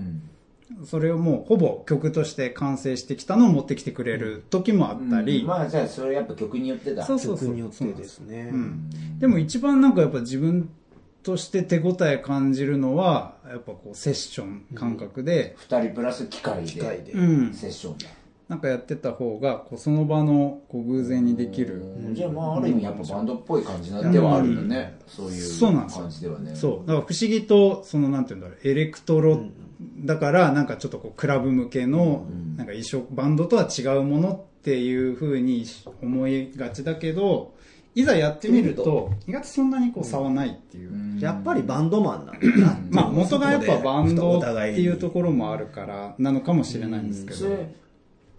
[SPEAKER 1] う、ん
[SPEAKER 2] それをもうほぼ曲として完成してきたのを持ってきてくれる時もあったり、
[SPEAKER 1] うんまあ、じゃあ、それやっぱ曲によってだ。
[SPEAKER 2] そうそう
[SPEAKER 3] 曲
[SPEAKER 2] そう
[SPEAKER 3] によってですね。
[SPEAKER 2] うん、でも一番なんかやっぱ自分として手応え感じるのはやっぱこうセッション感覚で、
[SPEAKER 1] 二人プラス機械で。
[SPEAKER 3] 機械で
[SPEAKER 2] う。ん
[SPEAKER 1] セッションだ。
[SPEAKER 2] なんかやってた方がこうその場のこう偶然にできる、
[SPEAKER 1] うんじゃあ、まあ、ある意味やっぱバンドっぽい感じなんではあるよね。そういう
[SPEAKER 2] そうなんですよ
[SPEAKER 1] 感じではね。
[SPEAKER 2] そうだから不思議とそのなんて言うんだろうエレクトロ、だからなんかちょっとこうクラブ向けのなんか衣装バンドとは違うものっていうふうに思いがちだけどいざやってみると意外とそんなにこう差はないっていう、
[SPEAKER 1] うん
[SPEAKER 3] やっぱりバンドマンなんだなっていう
[SPEAKER 2] まあ元がやっぱバンド
[SPEAKER 3] お
[SPEAKER 2] って
[SPEAKER 3] 互に
[SPEAKER 2] いうところもあるからなのかもしれないんですけ
[SPEAKER 1] そ
[SPEAKER 2] ど、
[SPEAKER 1] れ、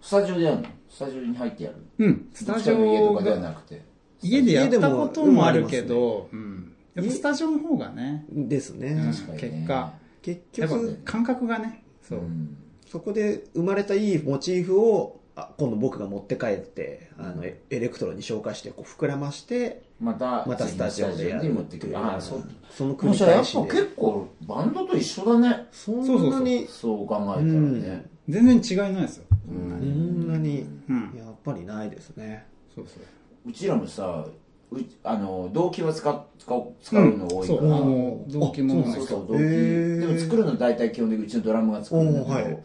[SPEAKER 1] スタジオでやるのスタジオに入ってやる
[SPEAKER 2] うん、スタジ
[SPEAKER 1] どっちかの家
[SPEAKER 2] オ
[SPEAKER 1] とかでは
[SPEAKER 2] が
[SPEAKER 1] なくて。
[SPEAKER 2] 家でやったこともあるけど、うん、やっぱスタジオの方がね
[SPEAKER 3] ですね。
[SPEAKER 1] 確かにね
[SPEAKER 2] 結果
[SPEAKER 3] 結
[SPEAKER 2] やっぱ
[SPEAKER 3] 局、
[SPEAKER 2] 感覚がねそう、
[SPEAKER 1] うん
[SPEAKER 3] そこで生まれたいいモチーフを、あ今度僕が持って帰って、あの、エエレクトロに紹介して、こう膨らまして、
[SPEAKER 1] また、
[SPEAKER 3] またスタジオでや
[SPEAKER 1] に
[SPEAKER 3] る
[SPEAKER 1] 持っ
[SPEAKER 3] って
[SPEAKER 1] て
[SPEAKER 3] い
[SPEAKER 1] く
[SPEAKER 3] う。
[SPEAKER 1] る。ああ、そう。
[SPEAKER 3] その繰
[SPEAKER 1] もう
[SPEAKER 3] り
[SPEAKER 1] じゃあや
[SPEAKER 3] 返
[SPEAKER 1] っ
[SPEAKER 3] し
[SPEAKER 1] ぱ
[SPEAKER 3] で。
[SPEAKER 1] 結構バンドと一緒だね。
[SPEAKER 3] そんなに、
[SPEAKER 1] そう考えたらね。
[SPEAKER 2] 全然違いないですよ、
[SPEAKER 3] そんなに
[SPEAKER 2] うん、
[SPEAKER 3] やっぱりないですね。
[SPEAKER 2] そうそう
[SPEAKER 1] うちらもさ、うあの、動機は使う使う使うの多いか
[SPEAKER 2] そう
[SPEAKER 1] ら。
[SPEAKER 2] あの動機も
[SPEAKER 1] そうそうそう、動
[SPEAKER 3] へ
[SPEAKER 1] 機。
[SPEAKER 3] ー
[SPEAKER 1] でも作るの大体基本的にうちのドラムが作るんだけど、
[SPEAKER 3] おーはい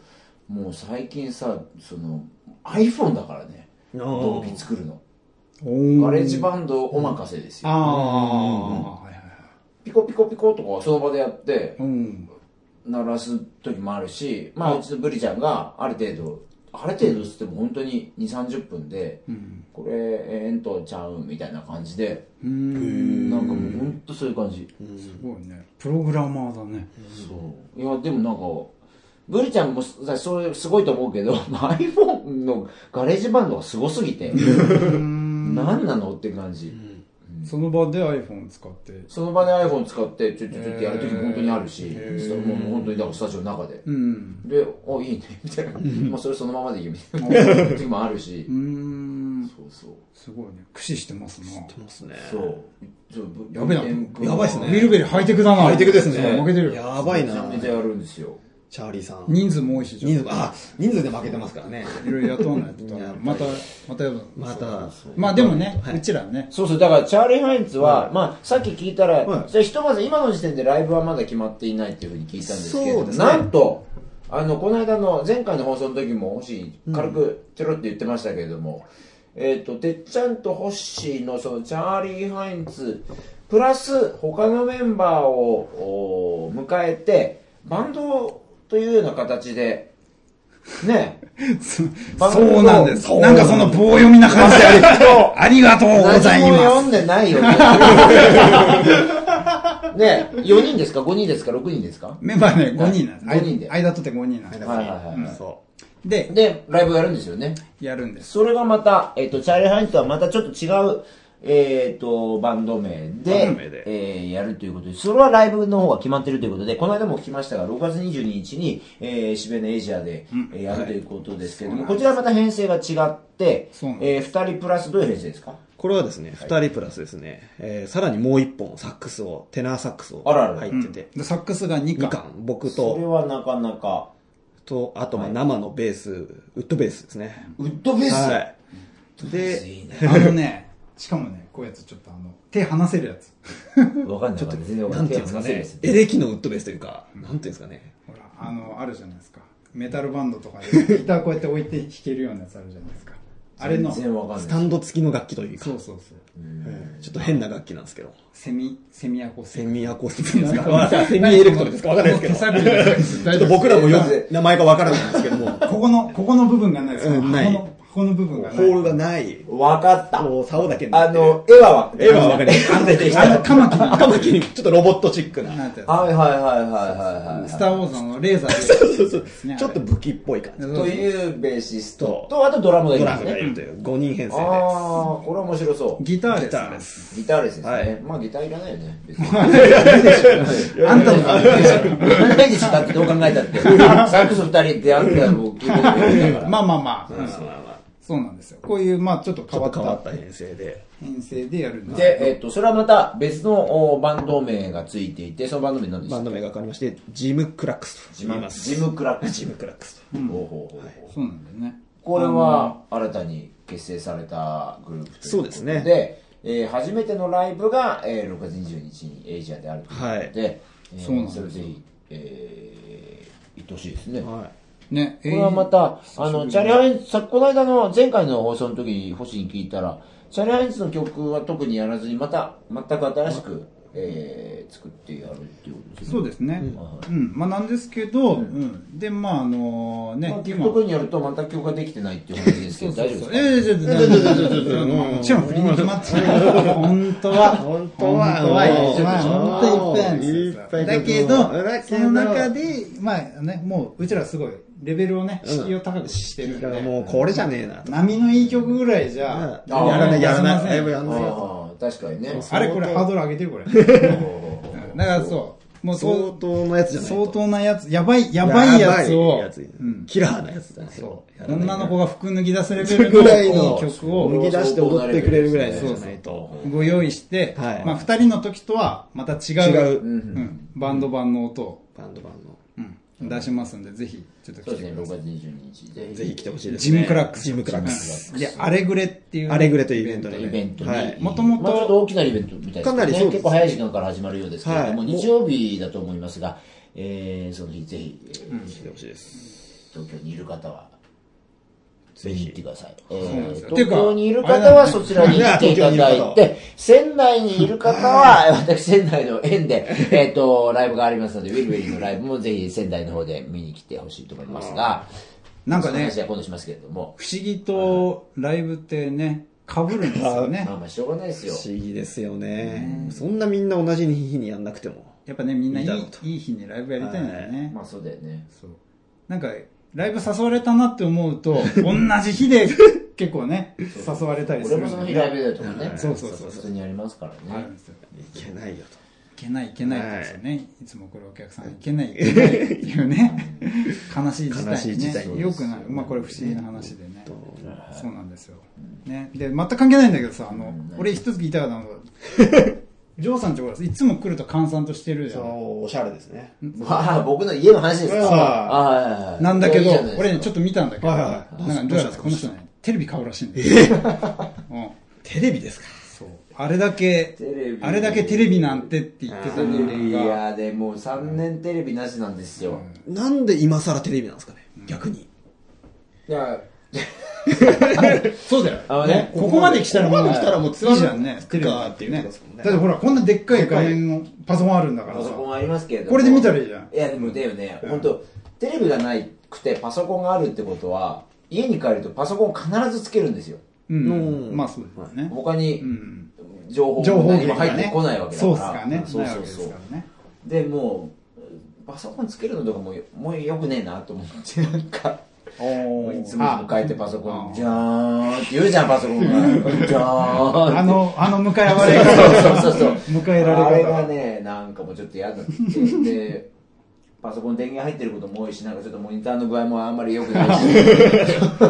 [SPEAKER 1] もう最近さ、その、iPhone だからね、
[SPEAKER 3] あー
[SPEAKER 1] 動機作るの。
[SPEAKER 2] お
[SPEAKER 1] ガレージバンドお任せです
[SPEAKER 2] あ
[SPEAKER 1] よ。
[SPEAKER 2] あはいはいはい
[SPEAKER 1] ピコピコピコとかはその場でやって、
[SPEAKER 2] うん
[SPEAKER 1] 鳴らす時もあるし、まあ、うちのブリちゃんがある程度、ある程度っつっても本当に2、30分で、これ、えーんとちゃうみたいな感じで、
[SPEAKER 2] うん
[SPEAKER 1] なんかもう本当そういう感じ。
[SPEAKER 2] すごいねプログラマーだね
[SPEAKER 1] そう。いや、でもなんか、ブリちゃんもさそういうすごいと思うけど、 <laughs> まあ iPhone のガレージバンドがすごすぎて、何なのって感じ。
[SPEAKER 2] その場で iPhone 使って
[SPEAKER 1] その場で iPhone 使って、ちょちょちょってやる時も本当にあるし、そうもうもう本当にだからスタジオの中で。
[SPEAKER 2] うん
[SPEAKER 1] で、あ、いいね、みたいな。まあ、それそのままでいいよ、みたいな時もあるし
[SPEAKER 2] う。ん
[SPEAKER 1] そうそう。
[SPEAKER 2] すごいね駆使してますな
[SPEAKER 3] ってますね。
[SPEAKER 1] そう。そうぶ
[SPEAKER 2] やべえな
[SPEAKER 1] 文献
[SPEAKER 3] やばいっすね
[SPEAKER 2] ウィルベリーハイテクだな
[SPEAKER 3] ハイテクですね
[SPEAKER 2] そう負けてるよ
[SPEAKER 3] やばい
[SPEAKER 1] めちゃ
[SPEAKER 3] な
[SPEAKER 1] めちゃやるんですよ。
[SPEAKER 3] チャーリーさん。
[SPEAKER 2] 人数も多いしじゃん
[SPEAKER 3] 人数、あ、人数で負けてますからね。
[SPEAKER 2] いろいろ雇わないとダメ
[SPEAKER 3] やっぱり
[SPEAKER 2] またまたやば
[SPEAKER 3] また、
[SPEAKER 2] まあでもねうちらね
[SPEAKER 1] そうそう、だからチャーリー・ハインツは、まあ、さっき聞いたら、
[SPEAKER 3] はい
[SPEAKER 1] じゃあひとまず今の時点でライブはまだ決まっていないっていうふうに聞いたんですけれ
[SPEAKER 3] そ
[SPEAKER 1] ど、
[SPEAKER 3] うですね
[SPEAKER 1] なんと、あの、この間の前回の放送の時も、星、軽くちょろって言ってましたけれども、えっ、と、てっちゃんとホッシーのそのチャーリー・ハインツ、プラス他のメンバーをおー迎えて、バンドというような形で、ね、
[SPEAKER 2] <laughs> そ
[SPEAKER 1] バンド
[SPEAKER 2] そうなんです。
[SPEAKER 3] そう
[SPEAKER 2] なんかその棒読みな感じでありありがとうござい
[SPEAKER 1] 何も
[SPEAKER 2] ます。
[SPEAKER 1] 読んでないよ
[SPEAKER 2] <laughs>
[SPEAKER 1] ね。ね4人ですか ?5 人ですか ?6 人ですか
[SPEAKER 2] メンバーね、5人なんです。
[SPEAKER 1] はい五人で
[SPEAKER 2] 間取って5人なんです。
[SPEAKER 1] はいはいはい
[SPEAKER 2] うん
[SPEAKER 3] そ
[SPEAKER 2] で、
[SPEAKER 1] で、ライブをやるんですよね。
[SPEAKER 2] やるんです。
[SPEAKER 1] それがまた、えっ、と、チャーリー・ハインとはまたちょっと違う、えっ、と、バンド名で、
[SPEAKER 2] バンド名で
[SPEAKER 1] えーやるということで、それはライブの方が決まってるということで、この間も聞きましたが、6月22日に、えー、シベネエイジアで、えーやるということですけれども、こちらまた編成が違って、
[SPEAKER 2] そうなん
[SPEAKER 1] え2人プラスどういう編成ですか
[SPEAKER 3] う。これはですね、二、人プラスですね、えーさらにもう一本サックスを、テナーサックスを
[SPEAKER 1] あらあら
[SPEAKER 3] 入ってて、
[SPEAKER 2] で、サックスが2
[SPEAKER 3] み
[SPEAKER 2] 巻。
[SPEAKER 3] かん、僕
[SPEAKER 1] それ
[SPEAKER 3] と、
[SPEAKER 1] はなかなか、
[SPEAKER 3] と、あとまあ生のベース、ウッドベースですね。
[SPEAKER 1] ウッドベース、
[SPEAKER 3] はい。で、
[SPEAKER 1] いいね
[SPEAKER 2] あのね、しかもね、こういうやつちょっとあの、手離せるやつ。 <laughs>
[SPEAKER 1] わかんない。ちょっと全然わ
[SPEAKER 3] な
[SPEAKER 1] かん
[SPEAKER 3] ん
[SPEAKER 1] な
[SPEAKER 3] て
[SPEAKER 1] い。
[SPEAKER 3] いうんですか
[SPEAKER 1] 手離
[SPEAKER 3] ね
[SPEAKER 1] せ、る
[SPEAKER 3] エレキのウッドベースというか、なんていうんですかね、
[SPEAKER 2] ほら、あの、あるじゃないですか。メタルバンドとかでギターこうやって置いて弾けるようなやつあるじゃないですか。あれの、
[SPEAKER 1] やつ
[SPEAKER 2] そ
[SPEAKER 1] 全
[SPEAKER 2] う
[SPEAKER 1] 然わか
[SPEAKER 3] ス
[SPEAKER 1] ん
[SPEAKER 3] タ
[SPEAKER 1] ない。
[SPEAKER 3] ンド付きの楽器というか、
[SPEAKER 2] そうそう。
[SPEAKER 3] ちょっと変な楽器なんですけど、
[SPEAKER 2] セミ、セミアコセ
[SPEAKER 3] セ
[SPEAKER 2] ミ。
[SPEAKER 3] ミアコースティックですか、まあセミエレクトルですか、わかんな
[SPEAKER 2] <laughs>
[SPEAKER 3] いですけど、
[SPEAKER 2] ど。
[SPEAKER 3] ちょっと僕らもよ
[SPEAKER 1] く
[SPEAKER 3] く名前がわからないんですけども、
[SPEAKER 2] ここの、ここの部分がないですか
[SPEAKER 3] うんない
[SPEAKER 2] このこの部分
[SPEAKER 3] ホ
[SPEAKER 2] がない
[SPEAKER 3] ールがない。
[SPEAKER 1] わかった。
[SPEAKER 3] こう、竿だけにな
[SPEAKER 1] あ
[SPEAKER 3] って
[SPEAKER 1] の、、絵は、
[SPEAKER 3] 絵はわかります
[SPEAKER 1] 出てきた。
[SPEAKER 2] あのカマキリ
[SPEAKER 3] 赤巻にちょっとロボットチック
[SPEAKER 2] な
[SPEAKER 3] な。
[SPEAKER 2] んてや
[SPEAKER 1] はいはいはいはいはい、はい。
[SPEAKER 2] つスター・ウォーズのレーザー
[SPEAKER 3] そう
[SPEAKER 2] で
[SPEAKER 3] そう
[SPEAKER 2] すね
[SPEAKER 3] ちょっと
[SPEAKER 2] あれ
[SPEAKER 3] 武器っぽい感じ。
[SPEAKER 2] そう
[SPEAKER 1] というベーシスト
[SPEAKER 3] そ
[SPEAKER 1] と、あとドラムがい
[SPEAKER 3] ド
[SPEAKER 1] るんで
[SPEAKER 3] ラム
[SPEAKER 1] す
[SPEAKER 3] がい
[SPEAKER 1] ね。
[SPEAKER 3] るという5人編
[SPEAKER 1] あ
[SPEAKER 3] 成
[SPEAKER 1] あ
[SPEAKER 3] で
[SPEAKER 1] ー、これは面白そう。
[SPEAKER 2] ギターレス
[SPEAKER 3] す。ギターです。
[SPEAKER 1] ギターレスですね。
[SPEAKER 3] はい
[SPEAKER 1] まあギターいらないよね。 <laughs> 別に
[SPEAKER 2] あんたの
[SPEAKER 1] いらないでしょ。だってどう考えたって。サックス二人であんたらもう基本的にだ <laughs> から。
[SPEAKER 2] まあまあまあ、うん
[SPEAKER 3] まあまあ
[SPEAKER 2] そうなんですよこういうまあちょっと
[SPEAKER 3] ち
[SPEAKER 2] 変
[SPEAKER 3] ょ
[SPEAKER 2] わ
[SPEAKER 3] っ
[SPEAKER 2] っ
[SPEAKER 3] と変わったた編成で。
[SPEAKER 2] 編成でやるんです
[SPEAKER 1] で、えっ、と、それはまた別のおバンド名がついていて、そのバンド名何でした
[SPEAKER 3] バ
[SPEAKER 1] っ
[SPEAKER 3] ンド名が変わりまして、ジム・クラックスと
[SPEAKER 1] け
[SPEAKER 3] 言います。
[SPEAKER 1] ジムク <laughs> ラック。
[SPEAKER 3] ジム・クラックス
[SPEAKER 1] ほうほうほう
[SPEAKER 2] そうなんだよね
[SPEAKER 1] これは新たに結成されたグループということ
[SPEAKER 3] そうですね
[SPEAKER 1] で、えー初めてのライブが、えー6月22日にエイジアであるということで、
[SPEAKER 3] はい
[SPEAKER 1] えー
[SPEAKER 2] そうなんです
[SPEAKER 1] そ
[SPEAKER 2] よ
[SPEAKER 1] れぜひ、えー、行ってほしいですね。
[SPEAKER 3] と。はい。
[SPEAKER 2] ね
[SPEAKER 1] これはまた、あの、チャリハインツ、さこの間の前回の放送の時に星に聞いたら、チャリハインツの曲は特にやらずに、また、全く新しく、えー作ってやるっていうことですね。
[SPEAKER 2] そうですね、
[SPEAKER 1] は
[SPEAKER 2] うんまあ、なんですけど、うんでまああのね、
[SPEAKER 1] まあ、
[SPEAKER 2] 今
[SPEAKER 1] TikTok にやるとまた曲ができてないっていう話ですけど、大丈夫ですか
[SPEAKER 2] ええじゃあじゃあじゃあじゃあじゃあもちろん振りに決まってる本当は
[SPEAKER 3] 本当は
[SPEAKER 2] 本当は
[SPEAKER 3] もう
[SPEAKER 2] まあ本当いっぱいあるんですよ
[SPEAKER 3] いっぱい
[SPEAKER 2] だけど
[SPEAKER 3] だけど
[SPEAKER 2] その中でまあねもううちらすごいレベルをね敷居を高くしてるんで、
[SPEAKER 3] だからもうこれじゃねえなと。
[SPEAKER 2] 波のいい曲ぐらいじゃ、
[SPEAKER 3] うんやらないやらない
[SPEAKER 2] すません
[SPEAKER 3] ライブやらない
[SPEAKER 1] ああ、確かにね。
[SPEAKER 2] あれこれハードル上げてるこれだからそうもう
[SPEAKER 3] 相
[SPEAKER 2] そう
[SPEAKER 3] 当のやつじゃないと。
[SPEAKER 2] 相当なやつやばいやばいやつを
[SPEAKER 3] やばいやつ
[SPEAKER 2] うん
[SPEAKER 3] キラーなやつだね。
[SPEAKER 2] そう
[SPEAKER 3] やらない
[SPEAKER 2] 女の子が服脱ぎ出すレベル
[SPEAKER 3] ぐらいの
[SPEAKER 2] の曲を
[SPEAKER 3] 脱ぎ出して踊ってくれるぐらいのやつじゃない
[SPEAKER 1] そう
[SPEAKER 3] と。
[SPEAKER 2] ご用意して、
[SPEAKER 3] はい
[SPEAKER 2] まあ、2人の時とはまた違う
[SPEAKER 3] 違う
[SPEAKER 2] うんうんバンド版の音を、
[SPEAKER 3] バンド版の。
[SPEAKER 2] うん出しますんでぜひちょっ
[SPEAKER 1] そ
[SPEAKER 2] と
[SPEAKER 1] う
[SPEAKER 2] 来
[SPEAKER 1] で
[SPEAKER 2] て
[SPEAKER 1] すね、6
[SPEAKER 2] くださ
[SPEAKER 1] 月22日で。
[SPEAKER 3] ぜひ来てほしい
[SPEAKER 2] い
[SPEAKER 3] です
[SPEAKER 2] ジ
[SPEAKER 3] ね。
[SPEAKER 2] ム・クラックス
[SPEAKER 3] ジム・クラックス。
[SPEAKER 2] うんで「アレグレ」っていう
[SPEAKER 3] アレグレというイベントで。
[SPEAKER 1] イベントに、
[SPEAKER 3] はい。
[SPEAKER 2] もともと
[SPEAKER 1] まあちょっと大きなイベントみたいですね
[SPEAKER 3] かなりそうです
[SPEAKER 1] 結構早い時間から始まるようですけれども、
[SPEAKER 3] はい
[SPEAKER 1] 日曜日だと思いますが、えー、その日ぜひ、えー
[SPEAKER 3] 来てほしいです。
[SPEAKER 1] 東京にいる方は、ぜ
[SPEAKER 3] ぜ
[SPEAKER 1] ひ
[SPEAKER 3] ひ
[SPEAKER 1] 行ってください。え
[SPEAKER 2] なんで
[SPEAKER 1] ー
[SPEAKER 2] すよ
[SPEAKER 1] 東京にいる方
[SPEAKER 2] てか
[SPEAKER 1] はそちらに来ていた
[SPEAKER 3] あれ
[SPEAKER 1] だい
[SPEAKER 3] 東京にい
[SPEAKER 1] て、仙台にいる方は、私仙台の縁で、 <laughs> えっ、と、ライブがありますので、ウィルウィルのライブもぜひ仙台の方で見に来てほしいと思いますが、
[SPEAKER 2] なんか
[SPEAKER 1] その
[SPEAKER 2] ね
[SPEAKER 1] 話は今度しますけれども、
[SPEAKER 2] 不思議とライブってねかぶるんですよね
[SPEAKER 1] まあまあしょうがないですよ
[SPEAKER 3] 不。思議ですよね。そんなみんな同じ日にやんなくても。
[SPEAKER 2] やっぱねみんないい
[SPEAKER 3] いいだろうと
[SPEAKER 2] いい日にライブやりたいんだよね、
[SPEAKER 1] まあそうだよね。
[SPEAKER 2] そうなんかライブ誘われたなって思うと同じ日で結構ね誘われたりす
[SPEAKER 1] 俺
[SPEAKER 2] るん
[SPEAKER 1] もその
[SPEAKER 2] で
[SPEAKER 1] 日ライブだとかね
[SPEAKER 2] は。いそうそうそう
[SPEAKER 1] 普通にありますから
[SPEAKER 2] あ
[SPEAKER 1] ね
[SPEAKER 2] るん。ですよ
[SPEAKER 3] いけないよと。
[SPEAKER 2] いけないいけないって言うんですよね、い、つも来るお客さんいけないいけないっていうね悲しい事態ね
[SPEAKER 3] 悲しい事態
[SPEAKER 2] よくない、まあ、これ不思議な話でね
[SPEAKER 3] と
[SPEAKER 2] そうなんですよ、ね、で全く関係ないんだけどさあの、俺一つ聞いたかったのがジョーさんってほらいつも来ると閑散としてるじゃん
[SPEAKER 3] そう、おしゃれですね。
[SPEAKER 1] まあ僕の家の話ですか
[SPEAKER 3] うん
[SPEAKER 1] あーはいはいはい
[SPEAKER 2] なんだけ
[SPEAKER 1] いやい
[SPEAKER 2] ど
[SPEAKER 1] いじゃないですか
[SPEAKER 2] 俺ねちょっと見たんだけど、
[SPEAKER 3] はいはいはい
[SPEAKER 2] なんかどうやらこの人ねテレビ買うらしいんだよ、うん、
[SPEAKER 3] テレビですか
[SPEAKER 2] そうあれだけ
[SPEAKER 1] テレビ
[SPEAKER 2] あれだけテレビなんてって言ってた人
[SPEAKER 1] い
[SPEAKER 2] 間が
[SPEAKER 1] やでもう3年テレビなしなんですよ、
[SPEAKER 3] なんで今更テレビなんですかね逆に。
[SPEAKER 1] いや
[SPEAKER 2] そうだよ、
[SPEAKER 1] あのね
[SPEAKER 2] ね、ここまで来たらもう
[SPEAKER 3] ここまで来たらもう貫く
[SPEAKER 2] いいじゃんねテレビだ
[SPEAKER 3] っていうことですもんね
[SPEAKER 2] だってほらこんなでっかい画面のパソコンあるんだか
[SPEAKER 1] パ
[SPEAKER 2] ら
[SPEAKER 1] ソ
[SPEAKER 2] さ
[SPEAKER 1] コンありますけれども
[SPEAKER 2] これで見たらいいじゃん
[SPEAKER 1] いやでもだよね、本当テレビがないくてパソコンがあるってことは家に帰るとパソコンを必ずつけるんですよ
[SPEAKER 2] うん、
[SPEAKER 3] うん
[SPEAKER 2] まあそうですよね、
[SPEAKER 1] 他
[SPEAKER 2] う
[SPEAKER 1] に
[SPEAKER 2] ん
[SPEAKER 1] 情報
[SPEAKER 2] 情
[SPEAKER 1] も
[SPEAKER 2] 報
[SPEAKER 1] 何も入
[SPEAKER 2] 源が
[SPEAKER 1] って
[SPEAKER 2] ね
[SPEAKER 1] こないわけだから
[SPEAKER 2] そうっすかね
[SPEAKER 1] そうそうそう
[SPEAKER 2] ないわけですからね
[SPEAKER 1] でもうパソコンつけるのとかもうもうよくねえなと思ってなんかいつも迎えてパソコン、じゃーんって言うじゃん、パソコン
[SPEAKER 2] <laughs>
[SPEAKER 1] が。じゃーんって。
[SPEAKER 2] あのあの迎えられ
[SPEAKER 1] そう
[SPEAKER 2] 方
[SPEAKER 1] そうそう。
[SPEAKER 2] 迎えら
[SPEAKER 1] あ
[SPEAKER 2] れ
[SPEAKER 1] れ
[SPEAKER 2] 方
[SPEAKER 1] がね、なんかもうちょっと嫌だって。で、パソコン電源入ってることも多いし、なんかちょっとモニターの具合もあんまり良くないし。
[SPEAKER 2] そう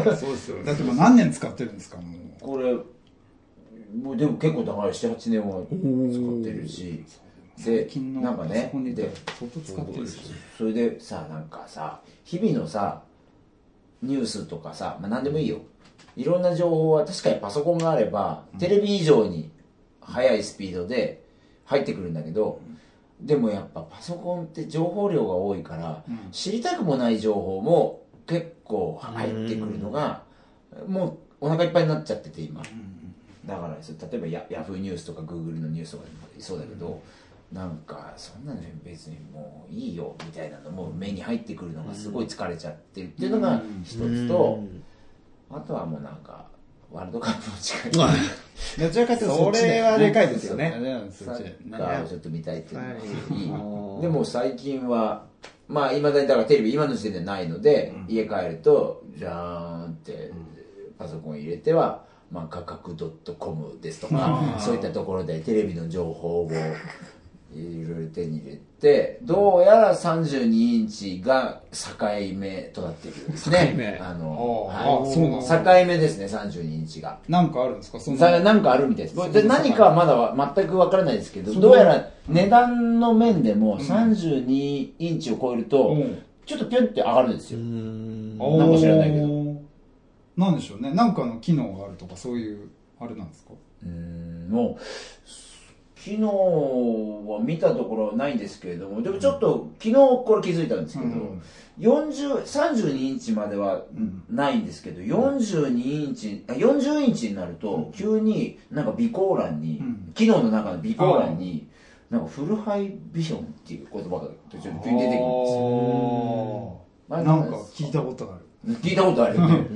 [SPEAKER 2] ですよだってもう何年使ってるんですかもう
[SPEAKER 1] これ、もうでも結構長い、7、8年は使ってるし。で
[SPEAKER 2] 最近、の
[SPEAKER 1] なんか
[SPEAKER 2] パソ
[SPEAKER 1] ね
[SPEAKER 2] コン、で言
[SPEAKER 1] で
[SPEAKER 2] ったら相当使ってるし
[SPEAKER 1] それでさなんかさ日々のさニュースとかさ、まあ、何でもいいよいろんな情報は確かにパソコンがあればテレビ以上に速いスピードで入ってくるんだけど、でもやっぱパソコンって情報量が多いから、知りたくもない情報も結構入ってくるのが、もうお腹いっぱいになっちゃってて今、だからそれ例えばヤヤフーニュースとかグーグルのニュースとかでもそうだけど、なんかそんなの別にもういいよみたいなのも目に入ってくるのがすごい疲れちゃってるっていうのが一つと、あとはもうなんか、ワールドカップの近い。
[SPEAKER 3] はい
[SPEAKER 2] どちらかというと、そ
[SPEAKER 3] そっちだ
[SPEAKER 2] れ
[SPEAKER 3] よね
[SPEAKER 2] はでかいですよね。
[SPEAKER 1] サッカ
[SPEAKER 2] ね
[SPEAKER 1] ーをちょっと見たいっていうの
[SPEAKER 3] は
[SPEAKER 1] が
[SPEAKER 3] い
[SPEAKER 1] でも最近はまあいまだにだからテレビ今の時点でないので、家帰るとじゃーんってパソコン入れては、まあ、価格 .com ですとかそういったところでテレビの情報をいろいろ手に入れてどうやら32インチが境目となっているんですね
[SPEAKER 3] 境目
[SPEAKER 1] あ
[SPEAKER 2] あ
[SPEAKER 1] の、
[SPEAKER 2] ーあ、
[SPEAKER 1] は
[SPEAKER 2] そうなん
[SPEAKER 1] い、
[SPEAKER 2] だ。
[SPEAKER 1] 境目ですね32インチが。
[SPEAKER 2] なんかあるんですかその。
[SPEAKER 1] さなんかあるみたいです
[SPEAKER 2] その
[SPEAKER 1] で何かはまだは全くわからないですけど
[SPEAKER 2] その
[SPEAKER 1] どうやら値段の面でも32インチを超えると、
[SPEAKER 2] うん
[SPEAKER 1] ちょっとピュンって上がるんですよ、
[SPEAKER 2] おー
[SPEAKER 1] なんか知らないけど。
[SPEAKER 2] なんでしょうね。なんかの機能があるとか、そういう、あれなんですか
[SPEAKER 1] うーんもう昨日は見たところはないんですけれどもでもちょっと昨日これ気づいたんですけど、
[SPEAKER 2] うん
[SPEAKER 1] 40 32インチまではないんですけど、42インチあ40インチになると急になんか備考欄に、
[SPEAKER 2] うん
[SPEAKER 1] 機能の中の備考欄になんかフルハイビジョンっていう言葉がちょっと急に出てくるんですよ
[SPEAKER 2] あ
[SPEAKER 1] 前の
[SPEAKER 2] ーなん
[SPEAKER 1] 話
[SPEAKER 2] か聞いたことがある。
[SPEAKER 1] 聞いたことあるよね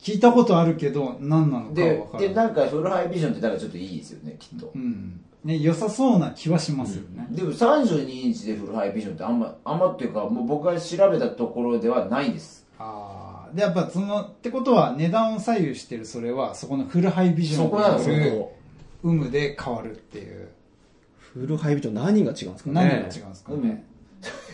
[SPEAKER 2] 聞いたことあるけど、何なのか
[SPEAKER 1] で
[SPEAKER 2] は分
[SPEAKER 1] で
[SPEAKER 2] からな
[SPEAKER 1] なん
[SPEAKER 2] い。
[SPEAKER 1] かフルハイビジョンってだからちょっといいですよねきっと、
[SPEAKER 2] うん。ね、良さそうな気はしますよね。
[SPEAKER 1] でも32インチでフルハイビジョンってあんまあんまっていうかもう僕が調べたところではないです
[SPEAKER 2] ああ。で、やっぱその、ってことは値段を左右してるそれは、そこのフルハイビジョン
[SPEAKER 1] そこなの
[SPEAKER 2] に
[SPEAKER 1] そ
[SPEAKER 2] よる
[SPEAKER 1] こ
[SPEAKER 2] 有無で変わるっていう。
[SPEAKER 3] フルハイビと何が違うんですかね
[SPEAKER 2] 何が違うんですかね。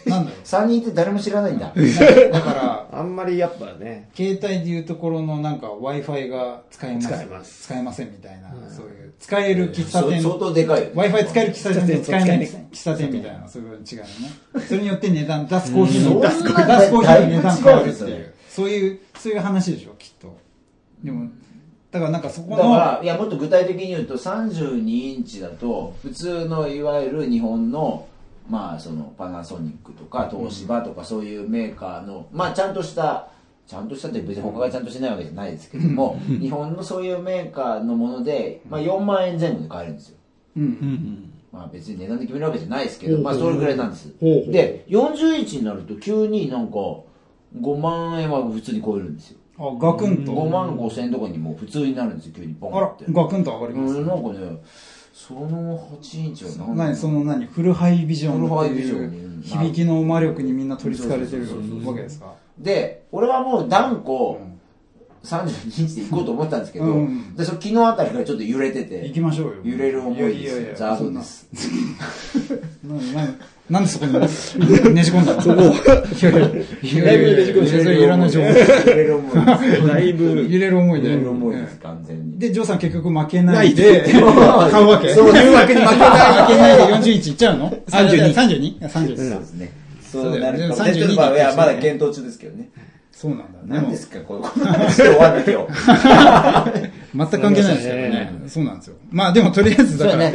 [SPEAKER 2] なんだろ
[SPEAKER 1] 3人いて誰も知らないんだ
[SPEAKER 2] う。だから、
[SPEAKER 3] あんまりやっぱね
[SPEAKER 2] 携帯でいうところのなんか Wi-Fi が使えます。
[SPEAKER 3] 使えます
[SPEAKER 2] 使えませんみたいな、そういう。使える喫茶
[SPEAKER 1] <laughs> そ
[SPEAKER 2] 店。
[SPEAKER 1] 相当でかいよ
[SPEAKER 2] Wi-Fi 使える喫茶店と使えない
[SPEAKER 3] 喫茶店
[SPEAKER 2] 喫茶店みたいな、そういう違いね。それによって値段、出すコーヒー
[SPEAKER 1] う
[SPEAKER 2] の、
[SPEAKER 1] ん
[SPEAKER 2] 出すコーヒーの値段変わるって
[SPEAKER 1] だいぶ
[SPEAKER 2] い
[SPEAKER 1] 違う
[SPEAKER 2] う。そういう、そういう話でしょ、きっと。でも、だからなんかそこ
[SPEAKER 1] だか
[SPEAKER 2] の、
[SPEAKER 1] らいやもっと具体的に言うと32インチだと普通のいわゆる日本のまあそのパナソニックとか東芝とかそういうメーカーの、まあちゃんとしたちゃんとしたって別に他がちゃんとしてないわけじゃないですけども、日本のそういうメーカーのもので、まあ、4万円前後で買えるんですよ
[SPEAKER 2] うん。
[SPEAKER 1] まあ別に値段で決めるわけじゃないですけど、まあそれぐらいなんです。
[SPEAKER 3] ほうほう
[SPEAKER 1] で、40インチになると急になんか5万円は普通に超えるんですよ。
[SPEAKER 2] あ、ガクン
[SPEAKER 1] 5
[SPEAKER 2] と。
[SPEAKER 1] 万5千円とかにもう普通になるんですよ、急にボ
[SPEAKER 2] あ
[SPEAKER 1] ン
[SPEAKER 2] ら
[SPEAKER 1] って、。
[SPEAKER 2] ガクンと上がりま
[SPEAKER 1] う
[SPEAKER 2] す
[SPEAKER 1] ん、。なんかね、その8インチは何
[SPEAKER 2] 何その何フルハイビジョンって
[SPEAKER 1] フルハイビジョン
[SPEAKER 2] いう
[SPEAKER 1] に
[SPEAKER 2] 響きの魔力にみんな取りつかれてる
[SPEAKER 1] そうそうそうそう
[SPEAKER 2] わけですか
[SPEAKER 1] で、俺はもう断固、32インチで行こうと思ったんですけど、
[SPEAKER 2] うん
[SPEAKER 1] でそれ昨日あたりからちょっと揺れてて
[SPEAKER 2] 行き、ましょうよ
[SPEAKER 1] 揺れる思いですよ。
[SPEAKER 2] やや
[SPEAKER 1] ザード
[SPEAKER 2] そん
[SPEAKER 1] で
[SPEAKER 2] な
[SPEAKER 1] す。
[SPEAKER 2] なななんで
[SPEAKER 1] <laughs>
[SPEAKER 2] そこにねじ込んだのそこ。いやいや、
[SPEAKER 3] だいぶねじ込んで
[SPEAKER 2] それいらない情報。
[SPEAKER 1] 揺れる思いです。
[SPEAKER 3] だいぶ
[SPEAKER 2] 揺れる思い
[SPEAKER 1] 揺
[SPEAKER 2] で。
[SPEAKER 1] れる思いです、完全に。
[SPEAKER 2] で、ジョーさん結局負けないで、
[SPEAKER 3] ない
[SPEAKER 2] <laughs>
[SPEAKER 3] で
[SPEAKER 2] 買うわけ
[SPEAKER 1] そう誘惑に負けない
[SPEAKER 2] 負けないで41いっちゃうの
[SPEAKER 1] <laughs>
[SPEAKER 2] ?32。32?
[SPEAKER 1] そうで
[SPEAKER 2] 32。
[SPEAKER 1] すね。
[SPEAKER 2] う
[SPEAKER 1] そうなるかも
[SPEAKER 2] そうだよね
[SPEAKER 1] ね。ちょっと
[SPEAKER 2] 32
[SPEAKER 1] まあいや、
[SPEAKER 2] だ
[SPEAKER 1] ま
[SPEAKER 2] った
[SPEAKER 1] だ
[SPEAKER 2] りしてね
[SPEAKER 1] 検討中ですけどね。
[SPEAKER 2] そうなんだ。で
[SPEAKER 1] 何
[SPEAKER 2] も
[SPEAKER 1] で、すか、こういうこと話して終わるよ。
[SPEAKER 2] 全く関係ないですからね。そうなんですよ。まあでもとりあえず
[SPEAKER 1] そ
[SPEAKER 2] だ
[SPEAKER 1] う
[SPEAKER 2] か
[SPEAKER 1] だ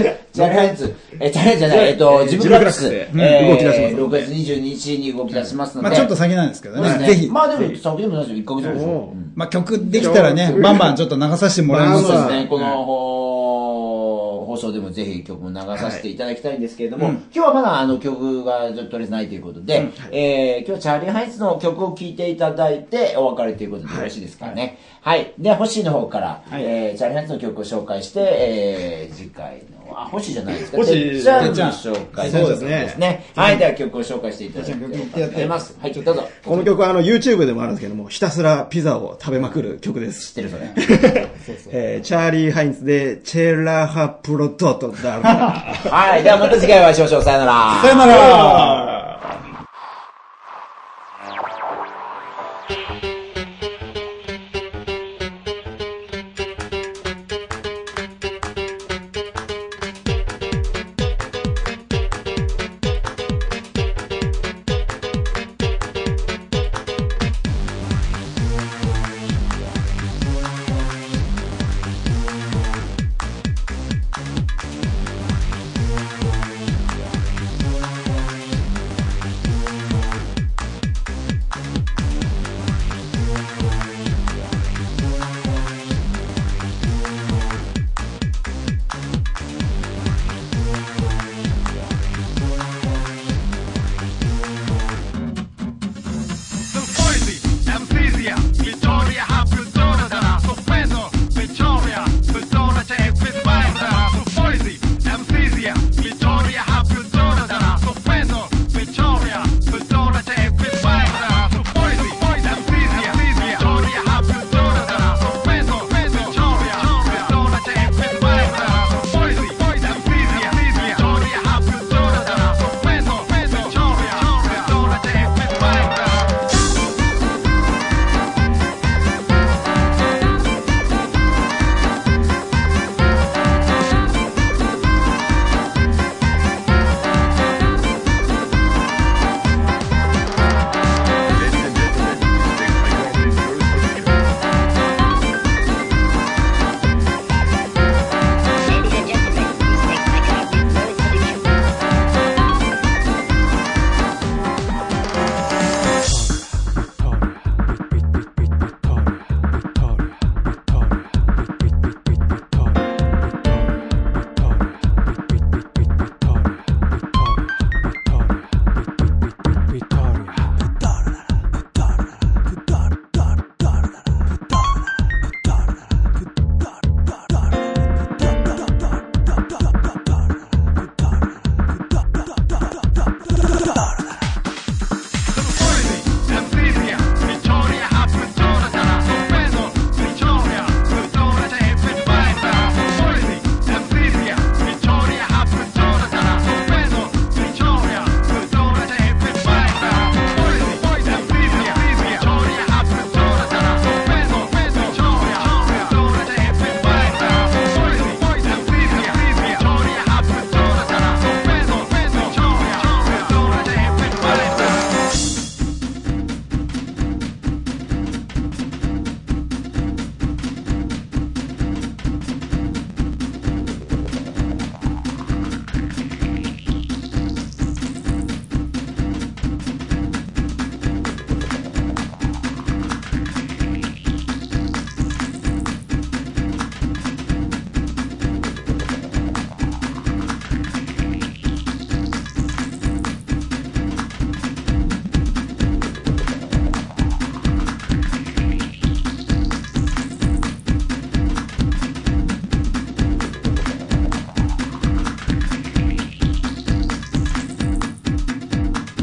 [SPEAKER 1] <laughs> ね。チャレンジ、え、チャレンジじゃない、えっと、ジムクラックス、
[SPEAKER 3] ジム
[SPEAKER 1] え
[SPEAKER 3] クラックスで動き
[SPEAKER 1] ー6
[SPEAKER 3] 出します
[SPEAKER 1] 月22日に動き出しますので。
[SPEAKER 2] まあちょっと先なんですけど
[SPEAKER 1] そうです
[SPEAKER 2] ね。
[SPEAKER 1] ね
[SPEAKER 2] ぜひ。
[SPEAKER 1] まあでも、先でもないですよ、1ヶ月後ですよ
[SPEAKER 3] おう
[SPEAKER 1] うん
[SPEAKER 2] まあ曲できたらね、バンバンちょっと流させてもらいます
[SPEAKER 1] そうで
[SPEAKER 2] の
[SPEAKER 1] す
[SPEAKER 2] で
[SPEAKER 1] ね、このほ放送でもぜひ曲も流させていただきたいんですけれども、
[SPEAKER 2] うん
[SPEAKER 1] 今日はまだあの曲がちょっととりあえずないということで、えー今日はチャーリー・ハイツの曲を聴いていただいてお別れということでよろしいですかね。はい。では、星の方から、えーチャーリー・ハイツの曲を紹介して、えー次回の、あ、星じゃないですか、
[SPEAKER 3] 星
[SPEAKER 1] てっちゃんの
[SPEAKER 2] てっちゃん
[SPEAKER 1] 紹介
[SPEAKER 3] そうですね
[SPEAKER 1] ということはい。では曲を紹介していただきたいと思います。はい、どうぞ。
[SPEAKER 3] この曲はあの YouTube でもあるんですけどもひたすらピザを食べまくる曲で
[SPEAKER 1] 知っ
[SPEAKER 3] す
[SPEAKER 1] てるそれ。
[SPEAKER 3] <laughs> えーチャーリー・ハインズでチェラハプロトトだろ
[SPEAKER 1] はい。では、また次回お会いしましょう。さよなら。
[SPEAKER 2] さよなら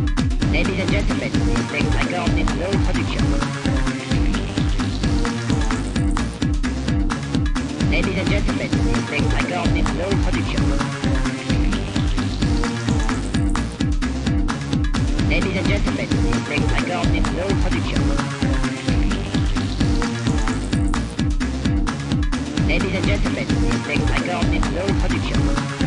[SPEAKER 5] gentlemen, they cut down this whole production. Ladies and gentlemen, they cut down this whole production. Ladies and gentlemen, they cut down this whole production. Ladies and gentlemen, they cut down this whole production.